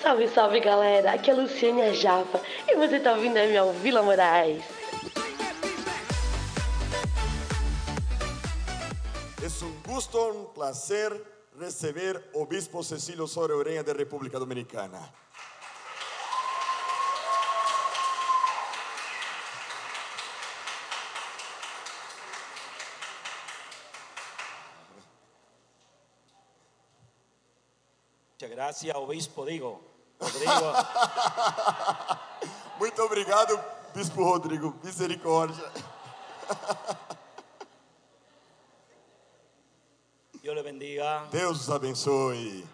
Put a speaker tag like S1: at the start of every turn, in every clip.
S1: Salve, salve galera! Aqui é a Luciane Java e você tá ouvindo a minha Vila Moraes.
S2: Es un gusto, un placer recibir Obispo Cecilio Soria Ureña de República Dominicana.
S3: Muchas gracias, obispo, digo. Rodrigo,
S2: Muito obrigado, Bispo Rodrigo. Misericórdia.
S3: Dios le bendiga.
S2: Deus os abençoe.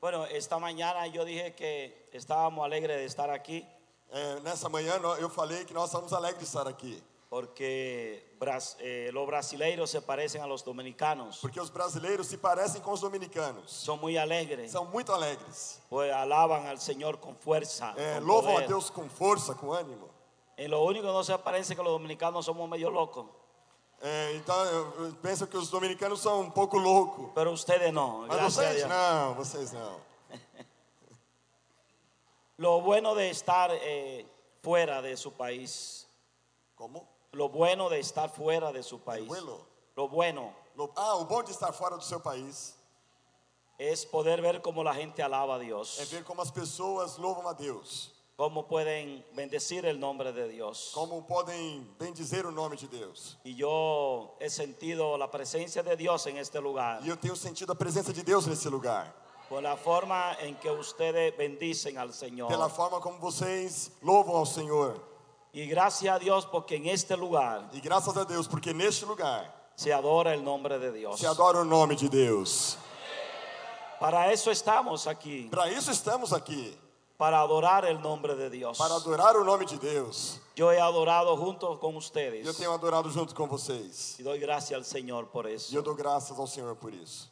S3: Bueno, esta mañana yo dije que estábamos alegres de estar aquí
S2: É, nessa manhã nó- eu falei que nós estamos alegres de estar aqui,
S3: porque bras- eh, los brasileiros se parecen a los dominicanos.
S2: porque os brasileiros se parecem com os dominicanos.
S3: Son muy alegres,
S2: São muito alegres.
S3: pues alaban al Señor con fuerza.
S2: É,
S3: con
S2: louvam a
S3: poder.
S2: Deus com força, com ânimo.
S3: Y lo único que no se parece es que los dominicanos somos medio locos,
S2: É, então eu eu penso que os dominicanos são um pouco loucos.
S3: pero ustedes no.
S2: Mas
S3: Gracias a
S2: vocês
S3: Dios.
S2: não, vocês não.
S3: Lo bueno de estar eh, fuera de su país,
S2: Como?
S3: lo bueno de estar fuera de su país,
S2: bueno.
S3: lo bueno
S2: Lo- Ah, o bom de estar fora do seu país
S3: es poder ver cómo la gente alaba a
S2: é
S3: Dios,
S2: ver como as pessoas louvam a Deus,
S3: cómo pueden bendecir el nombre de Dios.
S2: como podem bendizer o nome de Deus.
S3: Y yo he sentido la presencia de Dios en este lugar,
S2: E eu tenho sentido a presença de Deus nesse lugar,
S3: por la forma en que ustedes bendicen al
S2: pela
S3: Señor.
S2: forma como vocês louvam ao Senhor.
S3: Y gracias a Dios porque en este lugar
S2: E graças a Deus, porque neste lugar
S3: se adora el nombre de Dios.
S2: se adora o nome de Deus.
S3: Para eso estamos aquí,
S2: Para isso estamos aqui,
S3: para adorar el nombre de Dios.
S2: para adorar o nome de Deus.
S3: Yo he adorado junto con
S2: E eu
S3: ustedes
S2: tenho adorado junto com vocês.
S3: y doy gracias al Señor por eso.
S2: E eu dou graças ao Senhor por isso.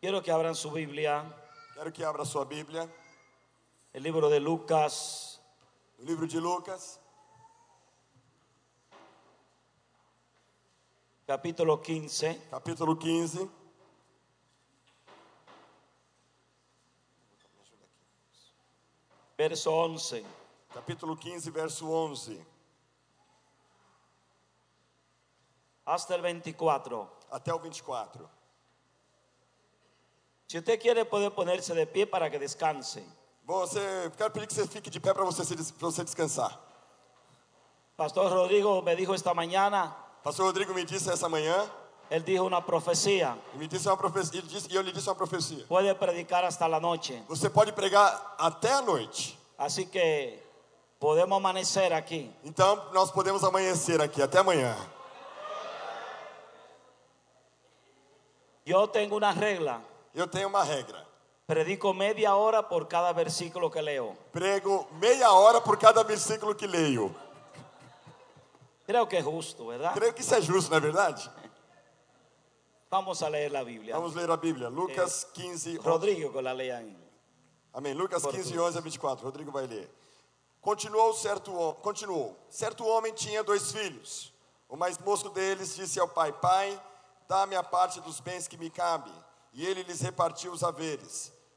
S3: Quiero que abran su Biblia,
S2: Quero que abra sua Bíblia,
S3: el libro de Lucas,
S2: no livro de Lucas,
S3: capítulo 15.
S2: capítulo 15.
S3: verso 11.
S2: Capítulo 15, verso 11
S3: hasta el 24.
S2: até o 24.
S3: Si usted quiere puede ponerse de pie para que descanse.
S2: Bom, você, quero pedir que você fique de pé para você, se des- pra você descansar.
S3: Pastor Rodrigo me dijo esta mañana,
S2: Pastor Rodrigo me disse essa manhã,
S3: él dijo una profecía,
S2: e me disse uma profecia, ele disse, e eu lhe disse uma profecia.
S3: puede predicar hasta la noche.
S2: Você pode pregar até a noite.
S3: Así que podemos amanecer aquí.
S2: Então, nós podemos amanhecer aqui, até amanhã.
S3: Yo tengo una regla,
S2: Eu tenho uma regra.
S3: predico media hora por cada versículo que leo.
S2: Prego meia hora por cada versículo que leio.
S3: Creo que es justo, ¿verdad?
S2: Creio que isso é justo, não é verdade?
S3: Vamos a leer la Biblia.
S2: Vamos ler a Bíblia. Lucas 15, 11.
S3: Rodrigo que la lean.
S2: Amém. Lucas
S3: Bora,
S2: 15,
S3: Rodrigo.
S2: 11 a 24. Rodrigo vai ler. Continuou certo, ho- continuou. Certo homem tinha dois filhos. O mais moço deles disse ao pai: Pai, dá-me a parte dos bens que me cabe. E ele lhes repartiu os haveres.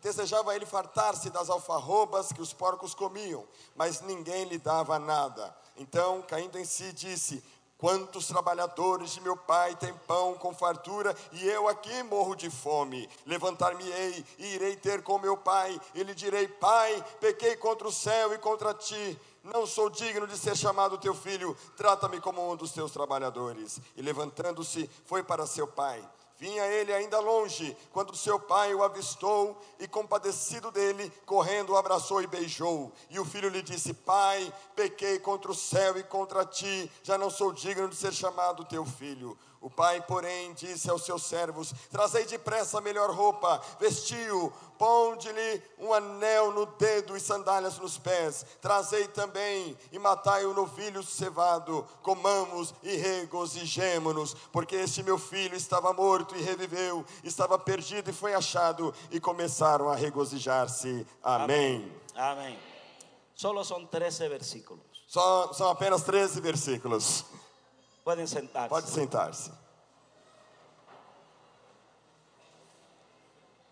S2: desejava ele fartar-se das alfarrobas que os porcos comiam, mas ninguém lhe dava nada. Então, caindo em si, disse: Quantos trabalhadores de meu pai têm pão com fartura e eu aqui morro de fome? Levantar-me-ei e irei ter com meu pai e lhe direi: Pai, pequei contra o céu e contra ti. Não sou digno de ser chamado teu filho. Trata-me como um dos teus trabalhadores. E levantando-se, foi para seu pai. Vinha ele ainda longe, quando seu pai o avistou e, compadecido dele, correndo, o abraçou e beijou. E o filho lhe disse: Pai, pequei contra o céu e contra ti, já não sou digno de ser chamado teu filho. O O pai, porém, disse aos seus servos: Trazei depressa a melhor roupa, vestiu, ponde-lhe um anel no dedo e sandálias nos pés. Trazei também e matai o novilho cevado, comamos e regozijemo-nos, porque este meu filho estava morto e reviveu, estava perdido e foi achado, e começaram a regozijar-se. Amém.
S3: Amén. Solo son 13 versículos.
S2: Só, são apenas 13 versículos.
S3: Pueden sentarse.
S2: Pode sentar-se.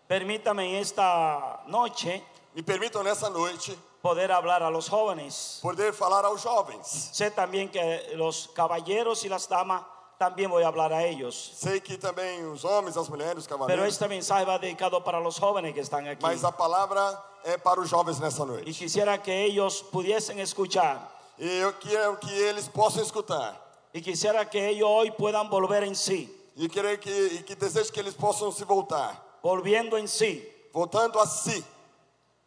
S3: Permítame esta noche
S2: Me permitam nessa noite
S3: poder hablar a los jóvenes.
S2: poder falar aos jovens.
S3: Sé también que los caballeros y las damas también voy a hablar a ellos.
S2: Sei que também os homens, as mulheres, os
S3: Pero
S2: cavaleiros,
S3: este mensaje va dedicado para los jóvenes que están aquí.
S2: mas a palavra é para os jovens nessa
S3: Y
S2: noite.
S3: quisiera que ellos pudiesen escuchar.
S2: E eu quero que eles possam escutar.
S3: Y quisiera que ellos hoy puedan volver en sí.
S2: E quero que, e que desejo que eles possam se voltar,
S3: Volviendo en sí.
S2: voltando a si.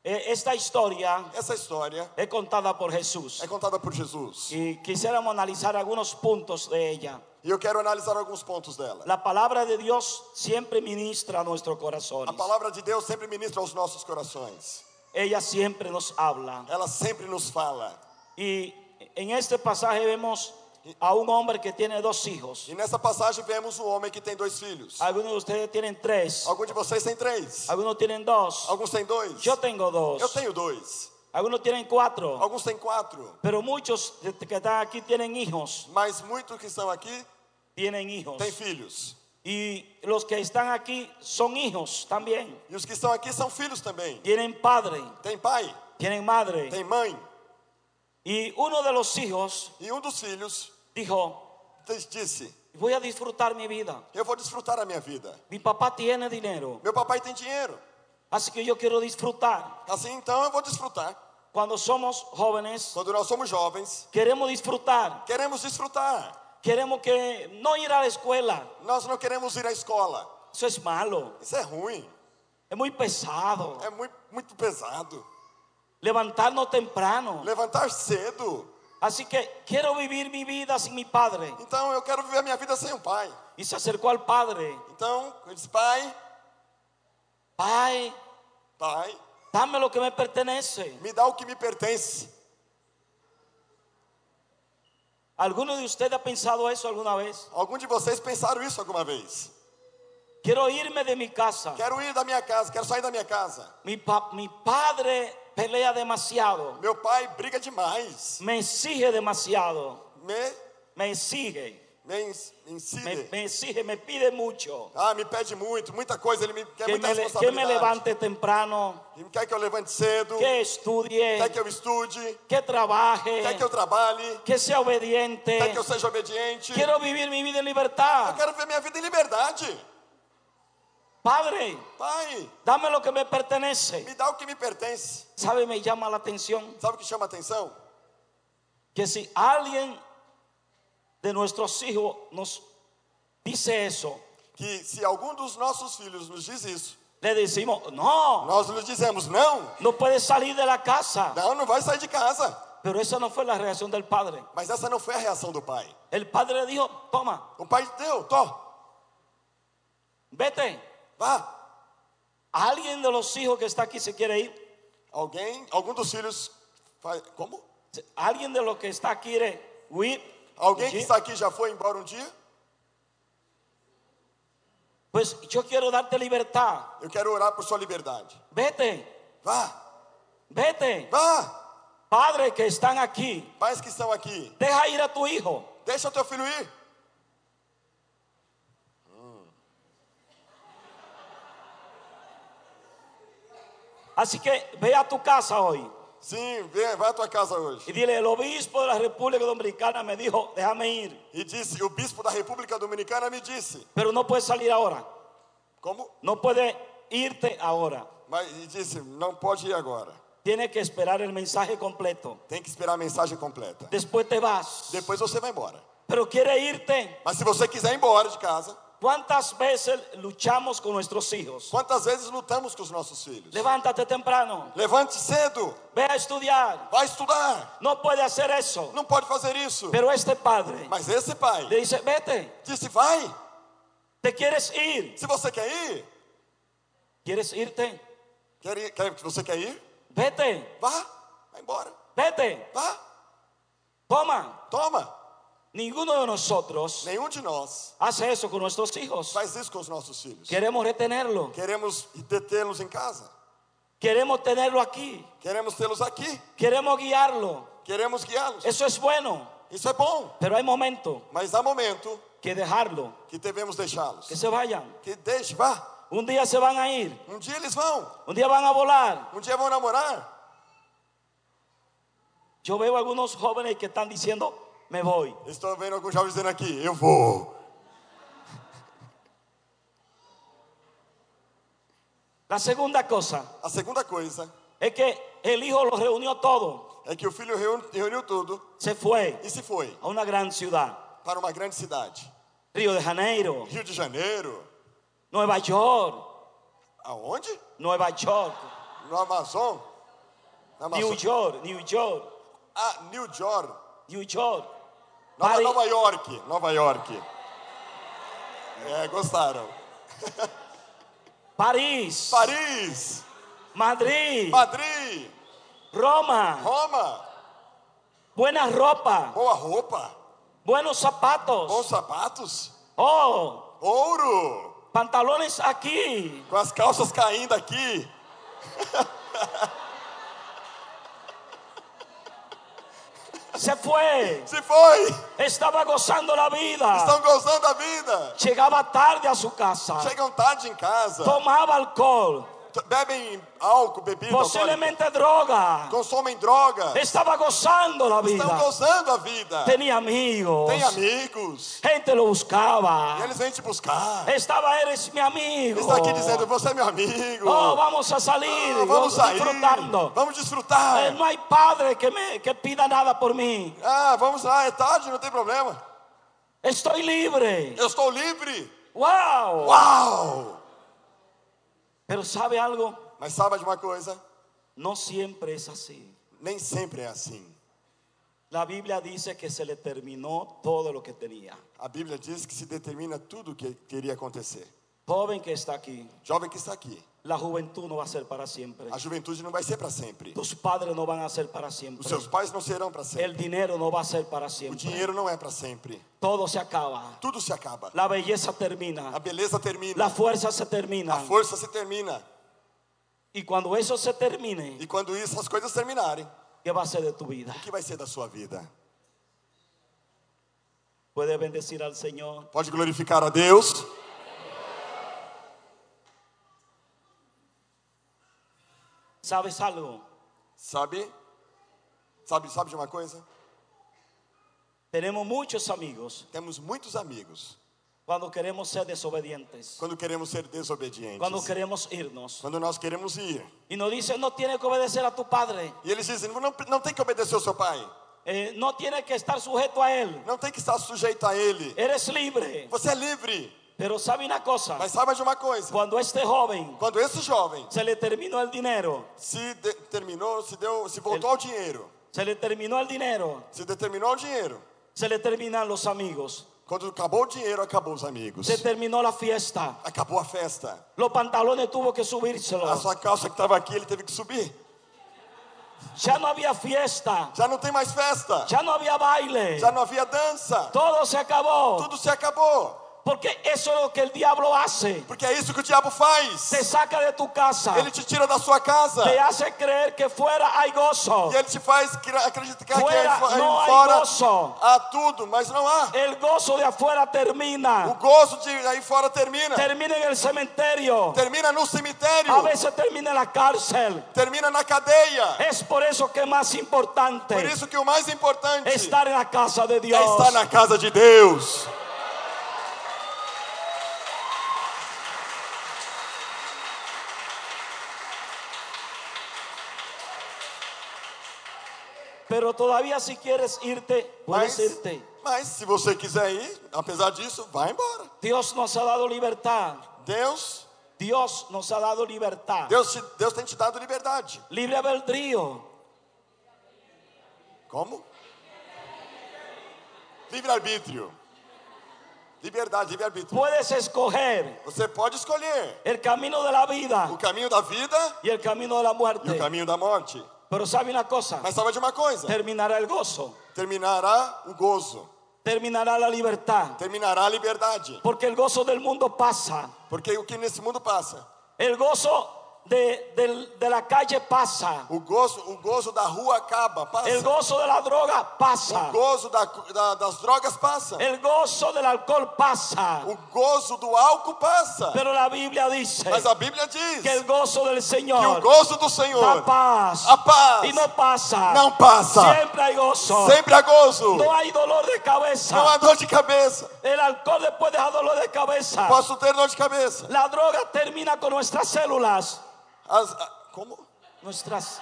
S3: Eh, Esta historia
S2: Essa história
S3: es contada por Jesús.
S2: é contada por Jesus.
S3: Y quisiéramos analizar algunos puntos de ella.
S2: E eu quero analisar alguns pontos dela.
S3: La palabra de Dios siempre ministra a nuestro
S2: A
S3: corazón.
S2: palavra de Deus sempre ministra aos nossos corações.
S3: Ella siempre nos habla.
S2: Ela sempre nos fala.
S3: Y en este pasaje vemos a un hombre que tiene dos hijos.
S2: E nessa passagem vemos um homem que tem dois filhos.
S3: Algunos de ustedes tienen tres,
S2: Alguns de vocês têm três.
S3: algunos tienen dos.
S2: Alguns têm dois.
S3: Yo tengo dos.
S2: Eu tenho dois.
S3: Algunos tienen cuatro.
S2: Alguns têm quatro.
S3: Pero muchos de- que están aquí tienen hijos,
S2: Mas muitos que estão aqui
S3: tienen hijos.
S2: têm filhos.
S3: Y los que están aquí son hijos también.
S2: E os que estão aqui são filhos também.
S3: Tienen padre,
S2: Tem pai,
S3: tienen madre.
S2: tem mãe.
S3: Y uno de los hijos
S2: E um dos filhos
S3: dijo,
S2: diz- disse:
S3: voy a disfrutar mi vida.
S2: Eu vou desfrutar a minha vida.
S3: Mi papá tiene dinero,
S2: Meu papai tem dinheiro.
S3: así que yo quiero disfrutar.
S2: Assim então eu vou desfrutar.
S3: Cuando somos jóvenes,
S2: Quando nós somos jovens,
S3: Queremos disfrutar.
S2: queremos desfrutar.
S3: Queremos que no ir a la escuela.
S2: Nós não queremos ir à escola.
S3: Eso es malo.
S2: Isso é ruim.
S3: Es muy pesado.
S2: É muito, muito pesado.
S3: Levantarnos temprano.
S2: Levantar cedo.
S3: Así que quiero vivir mi vida sin mi padre.
S2: Então eu quero viver a minha vida sem o pai.
S3: Y se acercó al padre.
S2: Então eu disse: Pai,
S3: Ay,
S2: pai,
S3: dame lo que me pertenece.
S2: me dá o que me pertence.
S3: ¿Alguno de ustedes ha pensado eso alguna vez?
S2: Algum de vocês pensaram isso alguma vez?
S3: Quiero irme de mi casa.
S2: Quero ir da minha casa, quero sair da minha casa.
S3: Mi, pa- mi padre pelea demasiado.
S2: Meu pai briga demais.
S3: Me exige demasiado.
S2: Me,
S3: Me exige.
S2: me ens-
S3: Me,
S2: ensina.
S3: me exige, me pide mucho.
S2: Ah, me pede muito, muita coisa, ele me quer
S3: Que
S2: muita
S3: me, le- que me
S2: responsabilidade.
S3: levante temprano.
S2: Ele quer que eu levante cedo,
S3: que estudie,
S2: quer que eu estude,
S3: que trabaje,
S2: quer que eu trabalhe,
S3: que sea obediente.
S2: quer que eu seja obediente.
S3: Quiero vivir mi vida en
S2: Eu
S3: libertad.
S2: quero ver minha vida em liberdade.
S3: Padre,
S2: Pai,
S3: dame lo que me pertenece.
S2: me dá o que me pertence.
S3: ¿Sabe? Me llama la atención
S2: Sabe o que chama atenção?
S3: que si alguien de nuestros hijos nos dice eso,
S2: Que se algum dos nossos filhos nos diz isso,
S3: le decimos, no,
S2: nós nos dizemos não,
S3: no puedes salir de la casa.
S2: não, não vai sair de casa.
S3: Pero esa no fue la reacción del padre.
S2: Mas essa não foi a reação do pai.
S3: El padre le dijo, toma,
S2: O pai deu, tô,
S3: vete.
S2: vá.
S3: Alguien de los hijos que está aquí se quiere ir.
S2: Alguém, algum dos filhos faz, como?
S3: Alguien de los que está aquí quiere huir.
S2: Alguém que
S3: Huir.
S2: está aqui já foi embora um dia?
S3: Pues yo quiero darte libertad.
S2: Eu quero orar por sua liberdade.
S3: Vete,
S2: Vá,
S3: vete.
S2: vá.
S3: Padres que están aquí,
S2: Pais que estão aqui,
S3: deja ir a tu hijo.
S2: deixa o teu filho ir.
S3: Así que ve a tu casa hoy
S2: Sim, vem, vai à tua casa hoje.
S3: y dile, el obispo de la República Dominicana me dijo, déjame ir,
S2: E disse, o bispo da República Dominicana me disse,
S3: pero no puedes salir ahora,
S2: como?
S3: no puedes irte ahora.
S2: Mas, e disse, não pode ir agora.
S3: Tienes que esperar el mensaje completo.
S2: Tem que esperar a mensagem completa.
S3: Después te vas,
S2: Depois você vai embora.
S3: pero quiere irte,
S2: Mas se você quiser ir embora de casa,
S3: ¿Cuántas veces luchamos con nuestros hijos?
S2: Quantas vezes lutamos com os nossos filhos?
S3: Levántate temprano,
S2: Levante cedo,
S3: ve a estudiar.
S2: vai estudar,
S3: No puede hacer eso.
S2: não pode fazer isso.
S3: Pero este padre
S2: Mas esse pai
S3: le dice, vete,
S2: disse: vai,
S3: te quieres ir.
S2: se você quer ir,
S3: ¿Quieres irte?
S2: quer ir, quer, se você quer ir,
S3: Vete,
S2: vá, vai embora,
S3: vete,
S2: vá,
S3: toma.
S2: toma.
S3: Ninguno de nosotros
S2: Nenhum de nós
S3: hace eso con nuestros hijos.
S2: faz isso com os nossos filhos.
S3: Queremos retenerlo.
S2: Queremos detê-los em casa,
S3: Queremos tenerlo aquí.
S2: queremos tê-los aqui,
S3: Queremos guiarlo.
S2: queremos guiá-los.
S3: Eso es bueno.
S2: Isso é bom,
S3: Pero hay momentos
S2: mas há momento
S3: que dejarlo.
S2: que devemos deixá-los.
S3: Que se vayan.
S2: Que deixe, vá.
S3: Un día se van a ir.
S2: Um dia eles vão,
S3: Un día van a volar.
S2: um dia vão namorar.
S3: Yo veo algunos jóvenes que están diciendo, me voy.
S2: Estou vendo alguns jovens dizendo aqui: eu vou.
S3: La segunda cosa
S2: A segunda coisa
S3: es que el hijo los reunió todo.
S2: é que o filho reun- reuniu tudo
S3: Se fue
S2: e se foi
S3: a una gran ciudad.
S2: para uma grande cidade.
S3: Río de Janeiro,
S2: Rio de Janeiro,
S3: Nueva York,
S2: aonde?
S3: Nueva York,
S2: No Amazon? Na
S3: New
S2: Amazon.
S3: York, New York,
S2: Ah, New York.
S3: New York.
S2: Nova,
S3: Pare-
S2: Nova York. Nova York. É, gostaram.
S3: París,
S2: Paris,
S3: Madrid,
S2: Madrid,
S3: Roma,
S2: Roma.
S3: buena ropa,
S2: Boa roupa, bons
S3: buenos zapatos,
S2: sapatos,
S3: oh,
S2: ouro.
S3: pantalones aquí,
S2: Com as calças caindo aqui.
S3: se fue,
S2: Se foi!
S3: estaba gozando la vida,
S2: Estão gozando da vida.
S3: llegaba tarde a su casa,
S2: Chegam tarde em casa,
S3: tomaba alcohol,
S2: t- bebem álcool, bebida, alcoólica,
S3: posiblemente droga,
S2: consomem droga.
S3: estaba gozando la
S2: Estão
S3: vida,
S2: gozando a vida.
S3: tenía amigos,
S2: Tem amigos.
S3: gente lo
S2: E
S3: buscaba,
S2: eles vêm te buscar.
S3: estaba, eres mi amigo,
S2: Está aqui dizendo, você é meu amigo.
S3: oh, vamos a salir,
S2: Ah, vamos sair.
S3: disfrutando.
S2: Vamos
S3: Eh,
S2: desfrutar.
S3: no hay padre que, me, que pida nada por mí.
S2: Ah, vamos lá, é tarde, não tem problema.
S3: Estoy libre.
S2: Eu estou livre.
S3: ¡Wow!
S2: Uau!
S3: Pero ¿sabe algo?
S2: Mas sabe de uma coisa?
S3: No siempre es así.
S2: Nem sempre é assim.
S3: La Biblia dice que se le terminó todo lo que tenía.
S2: A Bíblia diz que se determina tudo o que queria acontecer.
S3: Joven que está aquí,
S2: Jovem que está aqui,
S3: la juventud no va a ser para siempre.
S2: a juventude não vai ser para sempre.
S3: Tus padres no van a ser para
S2: Os
S3: siempre.
S2: seus pais não serão para sempre.
S3: El dinero no va a ser para
S2: O
S3: siempre.
S2: dinheiro não é para sempre.
S3: Todo se acaba.
S2: Tudo se acaba.
S3: La belleza
S2: A
S3: termina.
S2: beleza
S3: La
S2: termina.
S3: fuerza se
S2: A
S3: termina.
S2: força se termina.
S3: Y cuando eso se termine,
S2: E quando isso, as coisas terminarem, o
S3: ¿qué va a ser de tu vida?
S2: que vai ser da sua vida?
S3: Puedes bendecir al Señor.
S2: Pode glorificar a Deus.
S3: ¿Sabes algo?
S2: Sabe? Sabe, sabe de uma coisa?
S3: Tenemos muchos amigos
S2: Temos muitos amigos
S3: cuando queremos ser desobedientes,
S2: quando queremos ser desobedientes.
S3: cuando queremos irnos.
S2: Quando nós queremos ir.
S3: Y nos dicen, no tienes que obedecer a tu padre,
S2: E eles dizem, não, não tem que obedecer ao seu pai.
S3: eh, no tienes que estar sujeto a él,
S2: Não tem que estar sujeito a ele.
S3: eres libre.
S2: Você é livre.
S3: Pero sabe una cosa,
S2: Mas saiba de uma coisa.
S3: cuando este joven
S2: Quando esse jovem
S3: se le terminó el dinero,
S2: se de- terminou, se deu, se voltou ao dinheiro.
S3: se le terminó el dinero,
S2: Se determinou o dinheiro.
S3: se le terminan los amigos,
S2: Quando acabou o dinheiro, acabou os amigos.
S3: se terminó la fiesta,
S2: Acabou a festa.
S3: los pantalones tuvo que
S2: A
S3: subírselos,
S2: sua calça que estava aqui, ele teve que subir.
S3: ya no había fiesta,
S2: Já não tem mais festa.
S3: ya no había baile,
S2: Já não havia dança.
S3: todo se acabó,
S2: Tudo se acabou.
S3: porque eso es lo que el diablo hace.
S2: Porque é isso que o diabo faz.
S3: te saca de tu casa,
S2: Ele te tira da sua casa.
S3: te hace creer que fuera hay gozo.
S2: E ele te faz cra- acreditar que
S3: Fuera,
S2: aí fo- aí
S3: não há
S2: fora
S3: gozo.
S2: há tudo, mas não há.
S3: El gozo de afuera
S2: O
S3: termina,
S2: gozo de aí fora termina.
S3: termina en el cementerio,
S2: Termina no cemitério.
S3: a veces termina en la cárcel.
S2: Termina na cadeia.
S3: Es por eso que más importante
S2: Por isso que o mais importante
S3: estar en la casa de Dios.
S2: é estar na casa de Deus.
S3: Pero todavía si quieres irte,
S2: Mas,
S3: puedes irte.
S2: mas se você quiser ir, apesar disso, vai embora.
S3: Dios nos ha dado libertad.
S2: Deus,
S3: Dios nos ha dado libertad.
S2: Deus, te- Deus tem te dado liberdade.
S3: Libre albedrío.
S2: Como? Livre-arbítrio. Liberdade, livre-arbítrio.
S3: Puedes escoger
S2: Você pode escolher
S3: el camino de la vida
S2: o caminho da vida
S3: y el camino de la
S2: e o
S3: muerte.
S2: caminho da morte.
S3: Pero sabe una cosa,
S2: Mas sabe de uma coisa:
S3: terminará el gozo,
S2: terminará o gozo,
S3: terminará la libertad,
S2: terminará a liberdade.
S3: porque el gozo del mundo pasa,
S2: Porque o que nesse mundo passa,
S3: el gozo de, del- de la calle pasa,
S2: o gozo, o gozo da rua acaba, passa.
S3: el gozo de la droga pasa,
S2: O gozo da- da- das drogas passa.
S3: el gozo del alcohol pasa,
S2: O gozo do álcool passa.
S3: pero la Biblia dice
S2: Mas a Bíblia diz
S3: que el gozo del
S2: que o
S3: Señor
S2: gozo do Senhor,
S3: da paz
S2: a paz,
S3: y no pasa,
S2: não passa.
S3: siempre hay gozo,
S2: Sempre há gozo.
S3: no hay dolor de cabeza.
S2: Não há dor de cabeça.
S3: El alcohol después deja dolor de cabeza.
S2: Posso ter dor de cabeça.
S3: La droga termina con nuestras células.
S2: As- a- como?
S3: Nuestras.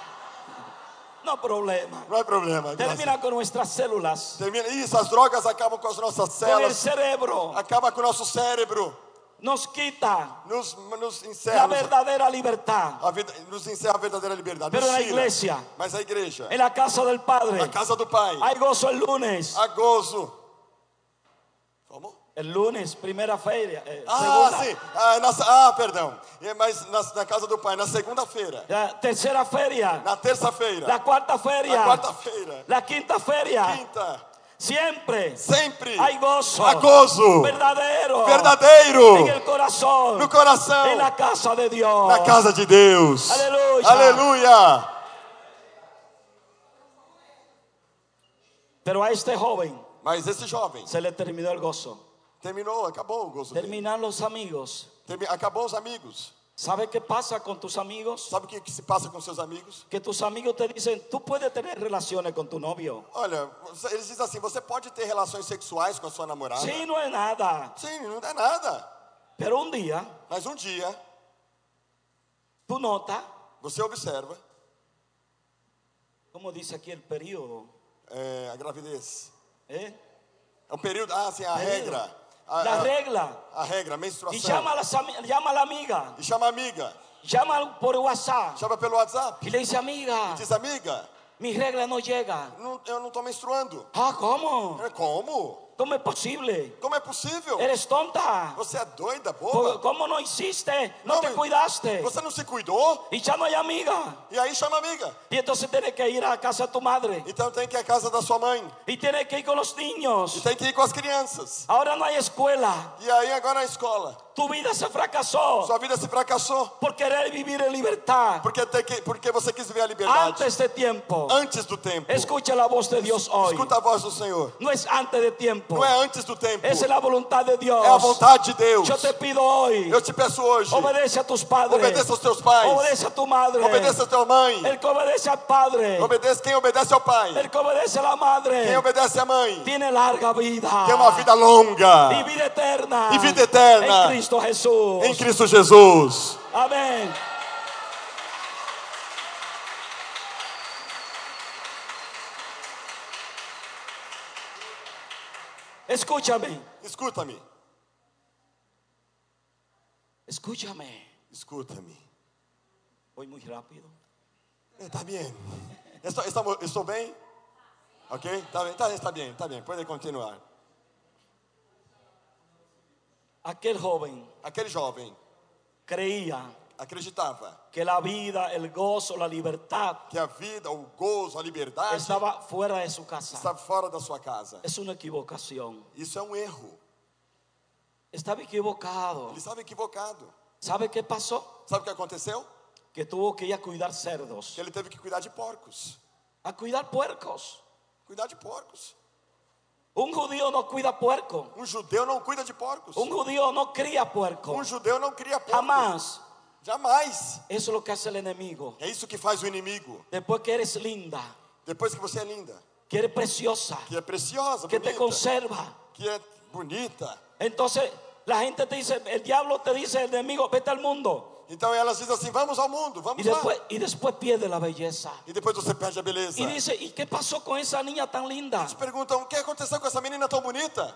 S3: No problema.
S2: Não é problema. graças a
S3: Termina con nuestras células.
S2: Deus. Termina. Isso, as drogas acabam com as nossas
S3: Con el
S2: células.
S3: cerebro.
S2: Acaba com o nosso cérebro.
S3: Nos quita
S2: Nos, nos
S3: la
S2: encerra. nos-
S3: verdadera libertad.
S2: a vida, nos encerra a verdadeira liberdade.
S3: Pero
S2: Nos
S3: na
S2: tira.
S3: igreja. É
S2: Mas a igreja.
S3: En la casa del
S2: A
S3: Padre.
S2: casa do Pai.
S3: Hay gozo el lunes.
S2: A gozo. Como?
S3: El lunes, primera feria. eh,
S2: Ah,
S3: segunda.
S2: sim. Ah, na- ah, perdão. É, Mas na, na casa do Pai, na segunda-feira.
S3: La tercera feria.
S2: Na terça-feira.
S3: La cuarta
S2: Na
S3: feria.
S2: quarta-feira.
S3: La quinta feria.
S2: Quinta.
S3: Siempre
S2: Sempre.
S3: hay gozo.
S2: Há gozo.
S3: Verdadero. En
S2: Verdadeiro.
S3: el corazón.
S2: No coração.
S3: en la casa de Dios.
S2: Na casa de Deus.
S3: Aleluia.
S2: Aleluia.
S3: Pero a este joven
S2: Mas esse jovem
S3: se le terminó el gozo.
S2: terminou, acabou o gozo dele.
S3: Terminan los amigos.
S2: Termi- Acabou os amigos.
S3: ¿Sabe qué pasa con tus amigos?
S2: Sabe o que, que se passa com seus amigos?
S3: Que tus amigos te dicen, tú puedes tener relaciones con tu novio.
S2: Olha, você- eles dizem assim: você pode ter relações sexuais com a sua namorada.
S3: Sí, no es nada.
S2: Sim, não dá nada.
S3: Pero un día
S2: Mas um dia,
S3: tú notas,
S2: você observa
S3: como dice aquí el periodo,
S2: é, a gravidez.
S3: ¿eh?
S2: É o período, ah, sim, a regra. A,
S3: la
S2: a,
S3: regla.
S2: a regra, a
S3: Y
S2: menstruação.
S3: llama a, las ami- llama a la amiga,
S2: E chama a amiga.
S3: llama por WhatsApp
S2: Chama pelo WhatsApp.
S3: y le dice, amiga,
S2: Diz, amiga,
S3: mi regla no llega.
S2: não- eu não estou menstruando.
S3: Ah, ¿cómo?
S2: É, Como?
S3: ¿Cómo es posible?
S2: Como é possível?
S3: Eres tonta.
S2: Você é doida,
S3: Por-
S2: boba?
S3: ¿Cómo no hiciste? No,
S2: No,
S3: te
S2: mi-
S3: cuidaste.
S2: Você não se cuidou?
S3: Y ya no hay amiga.
S2: E aí chama a amiga.
S3: Y entonces tienes que ir a casa de tu madre.
S2: Então tem que ir à casa da sua mãe.
S3: Y tienes que ir con los
S2: E
S3: niños.
S2: tem que ir com as crianças.
S3: Ahora no hay escuela.
S2: E aí agora a escola.
S3: Tu vida se fracasó
S2: Sua vida se fracassou.
S3: por querer vivir en libertad
S2: Porque, tem que, porque você quis viver a liberdade
S3: antes de tiempo.
S2: antes do tempo.
S3: Escucha la voz de Dios hoy.
S2: Escuta a voz do Senhor.
S3: No es antes de tiempo.
S2: Não é antes do tempo.
S3: Esa es la voluntad de Dios.
S2: É a vontade de Deus.
S3: Yo te pido hoy.
S2: Eu te peço hoje.
S3: Obedece a tus padres.
S2: Obedeça aos teus pais.
S3: Obedece a tu madre.
S2: Obedeça a tua mãe.
S3: El que obedece al padre.
S2: Obedeça quem obedece ao pai.
S3: El que obedece a la madre.
S2: Quem obedece à mãe.
S3: tiene larga vida.
S2: Tem é uma vida longa.
S3: y vida eterna.
S2: Y vida eterna.
S3: En Cristo Jesús.
S2: Em Cristo Jesus.
S3: Amén. Escúchame,
S2: Escuta-me.
S3: escúchame.
S2: Escuta-me.
S3: Voy muy rápido.
S2: Eh, Tá bem. Estou, estamos- estou bem? Ok? Tá bem, tá, está bem, tá bem. Pode continuar.
S3: Aquel joven
S2: Aquele jovem
S3: creía
S2: acreditava
S3: que la vida, el gozo, la libertad
S2: que a vida, o gozo, a liberdade
S3: estaba fuera de su casa.
S2: está fora da sua casa.
S3: Es una equivocación.
S2: Isso é um erro.
S3: Estaba equivocado.
S2: Ele estava equivocado.
S3: ¿Sabe qué pasó?
S2: Sabe o que aconteceu?
S3: que tuvo que ir a cuidar cerdos,
S2: Que ele teve que cuidar de porcos.
S3: a cuidar puercos.
S2: Cuidar de porcos.
S3: Un judío no cuida puerco,
S2: Um judeu não cuida de porcos.
S3: un judío no cría puerco.
S2: Um judeu não cria porcos.
S3: Jamás.
S2: Jamais.
S3: Eso es lo que hace el enemigo.
S2: É isso que faz o inimigo.
S3: Después que eres linda,
S2: Depois que você é linda,
S3: que eres preciosa,
S2: que é preciosa,
S3: que te
S2: bonita,
S3: conserva,
S2: que é bonita.
S3: entonces la gente te dice, el diablo te dice, el enemigo, vete al mundo.
S2: Então elas dizem assim: vamos ao mundo,
S3: Y
S2: vamos lá.
S3: después, y después pierde la belleza.
S2: E depois você perde a beleza.
S3: Y dice, ¿y qué pasó con esa niña tan linda?
S2: Eles perguntam: o que aconteceu com essa menina tão bonita?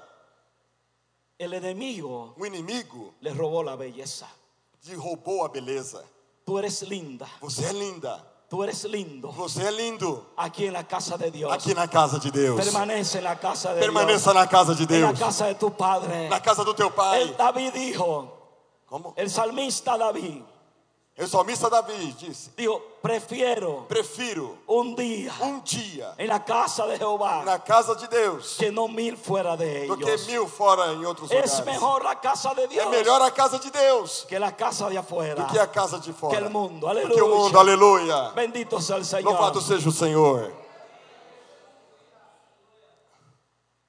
S3: El enemigo
S2: O inimigo
S3: le robó la belleza.
S2: lhe roubou a beleza.
S3: Tú eres linda,
S2: Você é linda,
S3: tú eres lindo.
S2: você é lindo.
S3: Aquí en la casa de Dios.
S2: Aqui na casa de Deus.
S3: Permanece en la casa de
S2: Permaneça
S3: Dios.
S2: na casa de
S3: En la
S2: Deus.
S3: casa de tu padre.
S2: Na casa do teu pai.
S3: El David dijo,
S2: Como?
S3: el salmista David
S2: Eu sou mista Davi, disse.
S3: dijo, prefiero
S2: Prefiro
S3: un día
S2: um dia
S3: en la casa de Jehová
S2: na casa de Deus
S3: que no mil fuera de
S2: do que
S3: ellos.
S2: mil fora em outros
S3: Es
S2: lugares.
S3: mejor la casa de
S2: É
S3: Dios
S2: melhor a casa de Deus
S3: que la casa de afuera.
S2: do que a casa de fora.
S3: Que o mundo,
S2: Do que o mundo, aleluia.
S3: Bendito sea el Señor.
S2: Louvado seja o Senhor.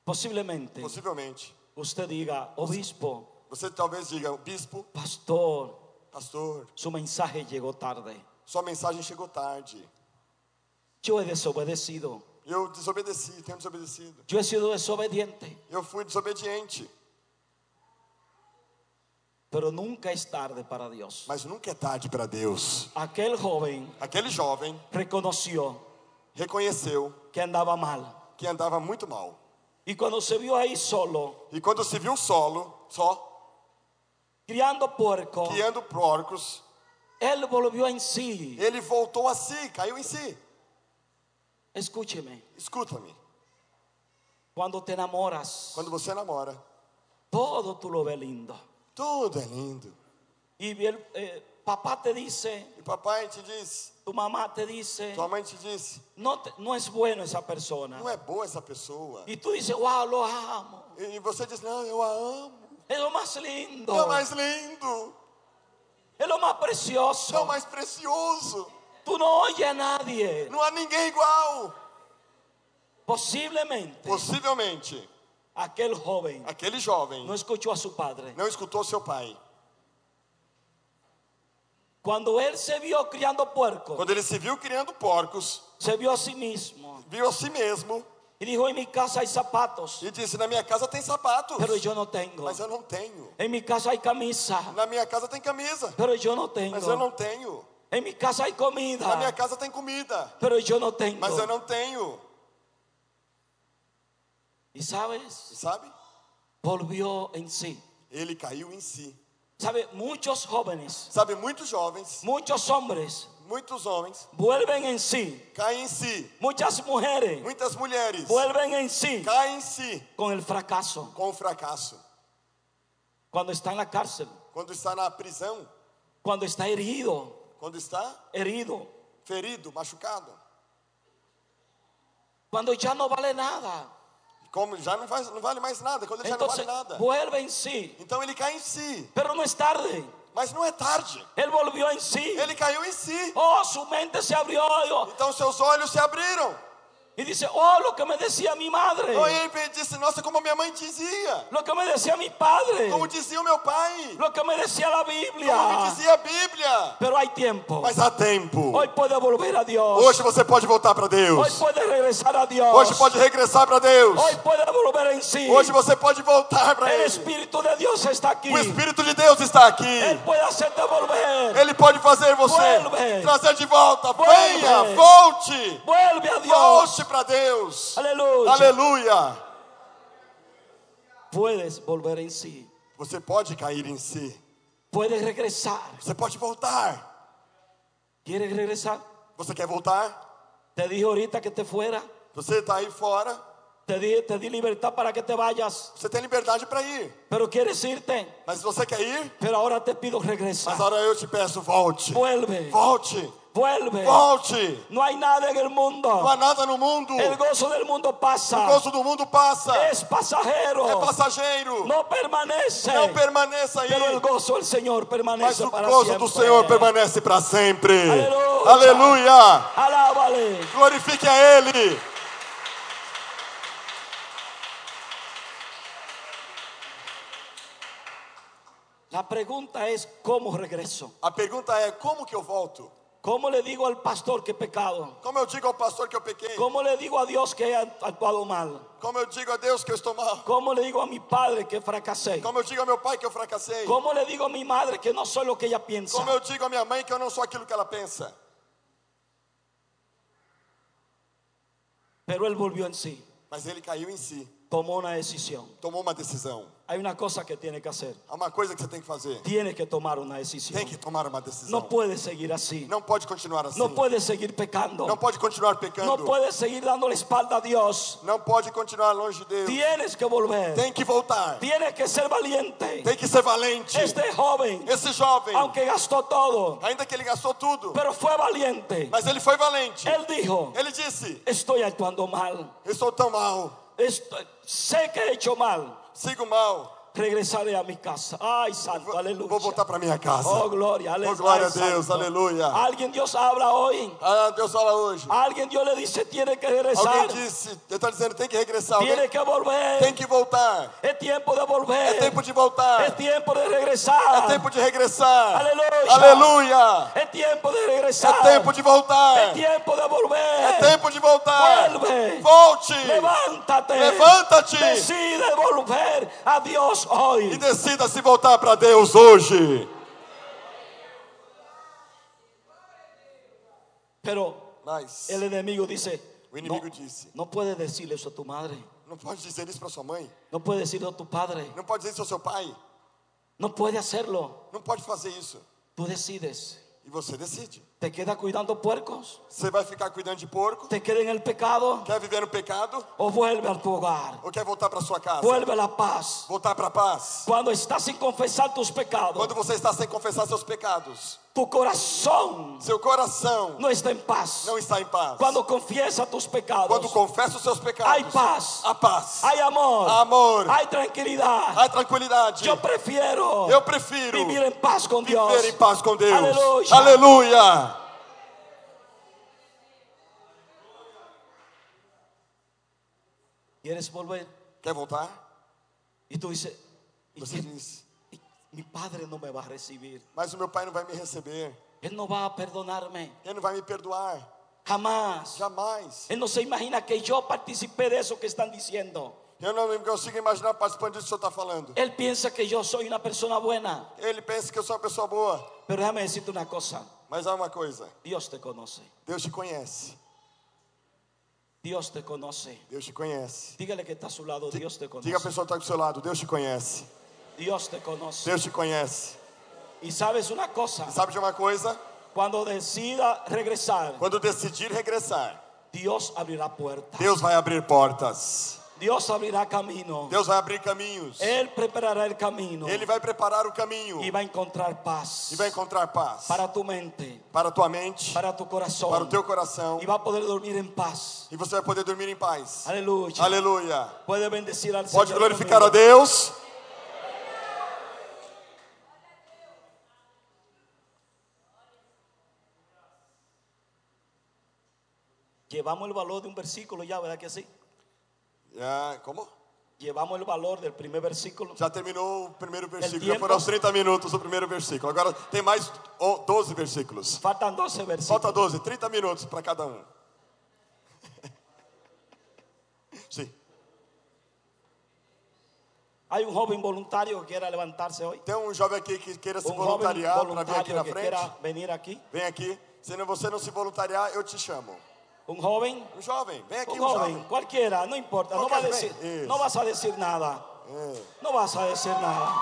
S3: Posiblemente
S2: Possivelmente.
S3: usted diga, obispo,
S2: Você talvez diga, bispo,
S3: pastor,
S2: pastor,
S3: su mensaje llegó tarde.
S2: sua mensagem chegou tarde.
S3: Yo he desobedecido.
S2: Eu desobedeci, tenho desobedecido.
S3: Yo he sido desobediente.
S2: Eu fui desobediente.
S3: Pero nunca es tarde para Dios.
S2: Mas nunca é tarde para Deus.
S3: Aquel joven
S2: Aquele jovem
S3: reconoció
S2: reconheceu
S3: que andaba mal.
S2: que andava muito mal.
S3: Y cuando se vio ahí solo,
S2: E quando se viu solo, só,
S3: criando puerco,
S2: guiando porcos,
S3: él volvió en sí.
S2: ele voltou a si, caiu em si.
S3: Escúcheme,
S2: Escuta-me,
S3: cuando te enamoras,
S2: quando você namora,
S3: todo tú lo ves lindo.
S2: tudo é lindo.
S3: Y el eh, papá te dice,
S2: E papai te disse,
S3: tu mamá te dice,
S2: tua mãe te disse,
S3: no, te- no es bueno esa persona.
S2: não é boa essa pessoa.
S3: Y tú dices, wow, lo amo.
S2: E você diz, não, eu a amo.
S3: Es lo más lindo.
S2: É o mais lindo,
S3: Es lo más
S2: é o
S3: precioso.
S2: mais precioso.
S3: Tú no oyes a nadie.
S2: Não há ninguém igual.
S3: Posiblemente
S2: Possivelmente,
S3: aquel joven
S2: aquele jovem
S3: no escuchó a su padre.
S2: não escutou seu pai.
S3: Cuando él se vio criando puerco,
S2: Quando ele se viu criando porcos,
S3: se vio a sí mismo
S2: viu a si mesmo
S3: y dijo, en mi casa hay zapatos,
S2: e disse: Na minha casa tem sapatos,
S3: pero yo no tengo.
S2: mas eu não tenho.
S3: En mi casa hay camisa,
S2: Na minha casa tem camisa,
S3: pero yo no
S2: mas eu
S3: tengo.
S2: não tenho.
S3: En mi casa hay
S2: Na minha
S3: comida,
S2: casa tem comida,
S3: pero yo no
S2: mas eu
S3: tengo.
S2: não tenho.
S3: Y sabes,
S2: Sabe?
S3: volvió en sí.
S2: Ele caiu em si.
S3: Sabe, muchos jóvenes,
S2: Sabe, muitos jovens,
S3: muchos hombres
S2: muitos homens
S3: vuelven en sí.
S2: caem em si.
S3: Muchas mujeres
S2: Muitas mulheres
S3: vuelven en sí
S2: caem em si
S3: con el fracaso.
S2: com o fracasso.
S3: Cuando está en la cárcel,
S2: Quando está na prisão,
S3: cuando está herido,
S2: quando está
S3: herido,
S2: ferido, machucado,
S3: cuando ya no vale nada.
S2: como já não, faz, não vale mais nada, quando ele já não vale
S3: Entonces
S2: nada.
S3: vuelve en sí,
S2: Então ele cai em si.
S3: pero no es tarde.
S2: Mas não é tarde.
S3: Él volvió en sí.
S2: Ele caiu em si.
S3: Oh, su mente se abrió oh,
S2: Então seus olhos se abriram.
S3: y dice, oh, lo que me decía mi madre,
S2: Então ele disse: Nossa, como minha mãe dizia.
S3: lo que me decía mi padre,
S2: Como dizia o meu pai.
S3: lo que me decía la
S2: Como me
S3: Biblia.
S2: dizia a Bíblia.
S3: Pero hay tiempo.
S2: Mas há tempo.
S3: Hoy puede volver a Dios.
S2: Hoje você pode voltar para
S3: Hoy
S2: Deus.
S3: puede regresar a Dios.
S2: Hoje pode regressar para Deus.
S3: Hoy puede volver en sí.
S2: Hoje você pode voltar para
S3: El
S2: Ele.
S3: Espíritu de Dios está aquí.
S2: O Espírito de Deus está aqui.
S3: Él puede hacerte volver.
S2: Ele pode fazer você
S3: Vuelve.
S2: trazer de volta.
S3: Vuelve.
S2: Venha, volte.
S3: Vuelve a Dios.
S2: Volte para Deus.
S3: Aleluya.
S2: Aleluia.
S3: Puedes volver en sí.
S2: Você pode cair em si.
S3: Puedes regresar.
S2: Você pode voltar.
S3: ¿Quieres regresar?
S2: Você quer voltar?
S3: Te dije ahorita que te fuera.
S2: Você está aí fora.
S3: Te di, te di libertad para que te vayas.
S2: Você tem liberdade para ir.
S3: Pero quieres irte.
S2: Mas você quer ir?
S3: Pero ahora te pido regresar.
S2: Mas agora eu te peço, volte.
S3: Vuelve.
S2: Volte.
S3: Vuelve.
S2: Volte.
S3: No hay nada en el
S2: Não há
S3: mundo.
S2: nada no mundo.
S3: El
S2: O
S3: gozo del mundo pasa.
S2: gozo do mundo passa. É
S3: Es pasajero.
S2: passageiro.
S3: No permanece.
S2: Não permaneça aí.
S3: Pero el gozo del Señor
S2: Mas
S3: permanece
S2: o
S3: para
S2: gozo do
S3: siempre.
S2: Senhor permanece para sempre.
S3: Aleluia.
S2: Aleluia.
S3: Alábale.
S2: Glorifique a Ele.
S3: La pregunta es, ¿cómo regreso?
S2: A pergunta é: como que eu volto?
S3: ¿Cómo le digo al pastor que he pecado?
S2: Como eu digo ao pastor que eu pequei?
S3: ¿Cómo le digo a Dios que he actuado mal?
S2: Como eu digo a Deus que eu estou mal?
S3: ¿Cómo le digo a mi padre que fracasé?
S2: Como eu digo ao meu pai que eu fracassei?
S3: ¿Cómo le digo a mi madre que no soy lo que ella piensa?
S2: Como eu digo à minha mãe que eu não sou aquilo que ela pensa?
S3: Pero él volvió en sí,
S2: Mas ele caiu em si,
S3: tomó una decisión.
S2: tomou uma decisão.
S3: Hay una cosa que tiene que hacer.
S2: Há uma coisa que você tem que fazer.
S3: Tiene que tomar una decisión.
S2: Tem que tomar uma decisão.
S3: No puede seguir así.
S2: Não pode continuar assim.
S3: No puede seguir pecando.
S2: Não pode continuar pecando.
S3: No puede seguir dando la espalda a Dios.
S2: Não pode continuar longe de Deus.
S3: Tienes que volver.
S2: Tem que voltar.
S3: Tienes que ser valiente.
S2: Tem que ser valente.
S3: Este joven,
S2: Esse jovem,
S3: aunque gastó todo,
S2: ainda que ele gastou tudo,
S3: pero fue valiente.
S2: mas ele foi valente.
S3: Él dijo,
S2: Ele disse:
S3: estoy actuando mal.
S2: Eu estou tão mal,
S3: Estoy- sé que he hecho mal.
S2: sigo mal,
S3: Regresaré a mi casa. Ay, santo, aleluya.
S2: vou voltar para minha casa.
S3: Oh, gloria, ale-
S2: Oh, glória
S3: ay,
S2: a Deus, Ah,
S3: santo.
S2: aleluia.
S3: Alguien Dios habla hoy.
S2: Ah, Deus fala hoje.
S3: Alguien Dios le dice, tiene que regresar.
S2: Alguém disse, Deus está dizendo, tem que regressar.
S3: Tiene
S2: Alguém
S3: que volver.
S2: tem que voltar.
S3: Es tiempo de volver.
S2: É tempo de voltar.
S3: Es tiempo de regresar.
S2: É tempo de regressar.
S3: Aleluya.
S2: Aleluia.
S3: Es tiempo de regresar.
S2: É tempo de voltar.
S3: Es tiempo de volver.
S2: É tempo de voltar.
S3: Vuelve.
S2: Volte.
S3: Levántate.
S2: Levántate.
S3: Decide volver a Dios
S2: E
S3: hoy.
S2: decida se voltar para Deus hoje.
S3: Pero
S2: Mas
S3: el enemigo dice,
S2: o inimigo
S3: no,
S2: disse:
S3: no puedes decirle eso a tu madre.
S2: Não pode dizer isso para sua mãe.
S3: No puedes decirlo a tu padre.
S2: Não pode dizer isso ao seu pai.
S3: No puedes hacerlo.
S2: Não pode fazer isso.
S3: Tú decides.
S2: E você decide.
S3: ¿Te quedas cuidando puercos?
S2: Você vai ficar cuidando de porco?
S3: ¿Te quedas en el pecado?
S2: Quer viver no pecado?
S3: ¿O vuelve a tu hogar?
S2: Ou quer voltar para sua casa?
S3: Vuelve a la paz.
S2: Voltar para a paz?
S3: Cuando estás sin confesar tus pecados,
S2: Quando você está sem confessar seus pecados,
S3: tu corazón
S2: seu coração
S3: no está en paz.
S2: não está em paz.
S3: Cuando confiesa tus pecados,
S2: Quando confessa os seus pecados,
S3: Hay paz.
S2: há paz,
S3: hay amor,
S2: Amor.
S3: hay tranquilidad.
S2: há tranquilidade.
S3: Yo prefiero
S2: Eu prefiro
S3: vivir en paz con Dios.
S2: viver em paz com Deus.
S3: Aleluia.
S2: Aleluia.
S3: ¿Quieres volver?
S2: Quer voltar?
S3: Y tú dices, ¿y
S2: Você
S3: qué?
S2: diz,
S3: Y mi padre no me va a recibir.
S2: mas o meu pai não vai me receber.
S3: Él no va a perdonarme.
S2: Ele não vai me perdoar.
S3: Jamás.
S2: Jamais.
S3: Él no se imagina que yo participé de eso que están diciendo.
S2: Eu não consigo imaginar participando disso que o senhor está falando.
S3: Él piensa que yo soy una persona buena.
S2: Ele pensa que eu sou uma pessoa boa.
S3: Pero déjame decirte una cosa.
S2: Mas há uma coisa:
S3: Dios te conoce.
S2: Deus te conhece.
S3: Dios te conoce.
S2: Deus te conhece.
S3: Dígale que está a su lado. Dios te
S2: Diga pues. a
S3: conoce.
S2: pessoa que está do seu lado: Deus te conhece.
S3: Dios te conoce.
S2: Deus te conhece.
S3: Y sabes una cosa.
S2: Sabe de uma coisa?
S3: Cuando decida regresar,
S2: Quando decidir regressar,
S3: Dios abrirá puertas.
S2: Deus vai abrir portas.
S3: Dios abrirá camino.
S2: Deus vai abrir caminhos.
S3: Él preparará el camino
S2: Ele vai preparar o caminho
S3: y va a encontrar paz
S2: e vai encontrar paz
S3: para tu mente,
S2: para a tua mente,
S3: para tu corazón
S2: para o teu coração
S3: y va a poder dormir en paz.
S2: e você vai poder dormir em paz.
S3: Aleluya.
S2: Aleluia.
S3: Puede bendecir al
S2: Pode
S3: Señor
S2: glorificar a
S3: conmigo.
S2: Deus.
S3: Llevamos el valor de un versículo ya, ¿verdad que sí?
S2: Ah, como?
S3: Llevamos el valor del primer versículo.
S2: Já terminou o primeiro versículo. Já
S3: tempo.
S2: foram aos 30 minutos o primeiro versículo. Agora tem mais oh, 12 versículos.
S3: Faltan 12 versículos.
S2: Falta 12, 30 minutos para cada um. Sim.
S3: Hay un joven voluntario que quiera levantarse hoy.
S2: Tem um jovem aqui que queira se
S3: Un joven
S2: voluntariar para vir aqui
S3: voluntario
S2: na
S3: que
S2: frente.
S3: quiera venir aquí.
S2: Vem aqui. Se não- você não se voluntariar, eu te chamo.
S3: Un joven
S2: Um jovem, vem aqui,
S3: Un
S2: um
S3: joven,
S2: jovem.
S3: cualquiera, no importa, no, va a
S2: Cualquier
S3: decir,
S2: vez.
S3: no vas a decir nada.
S2: É.
S3: No vas a decir nada.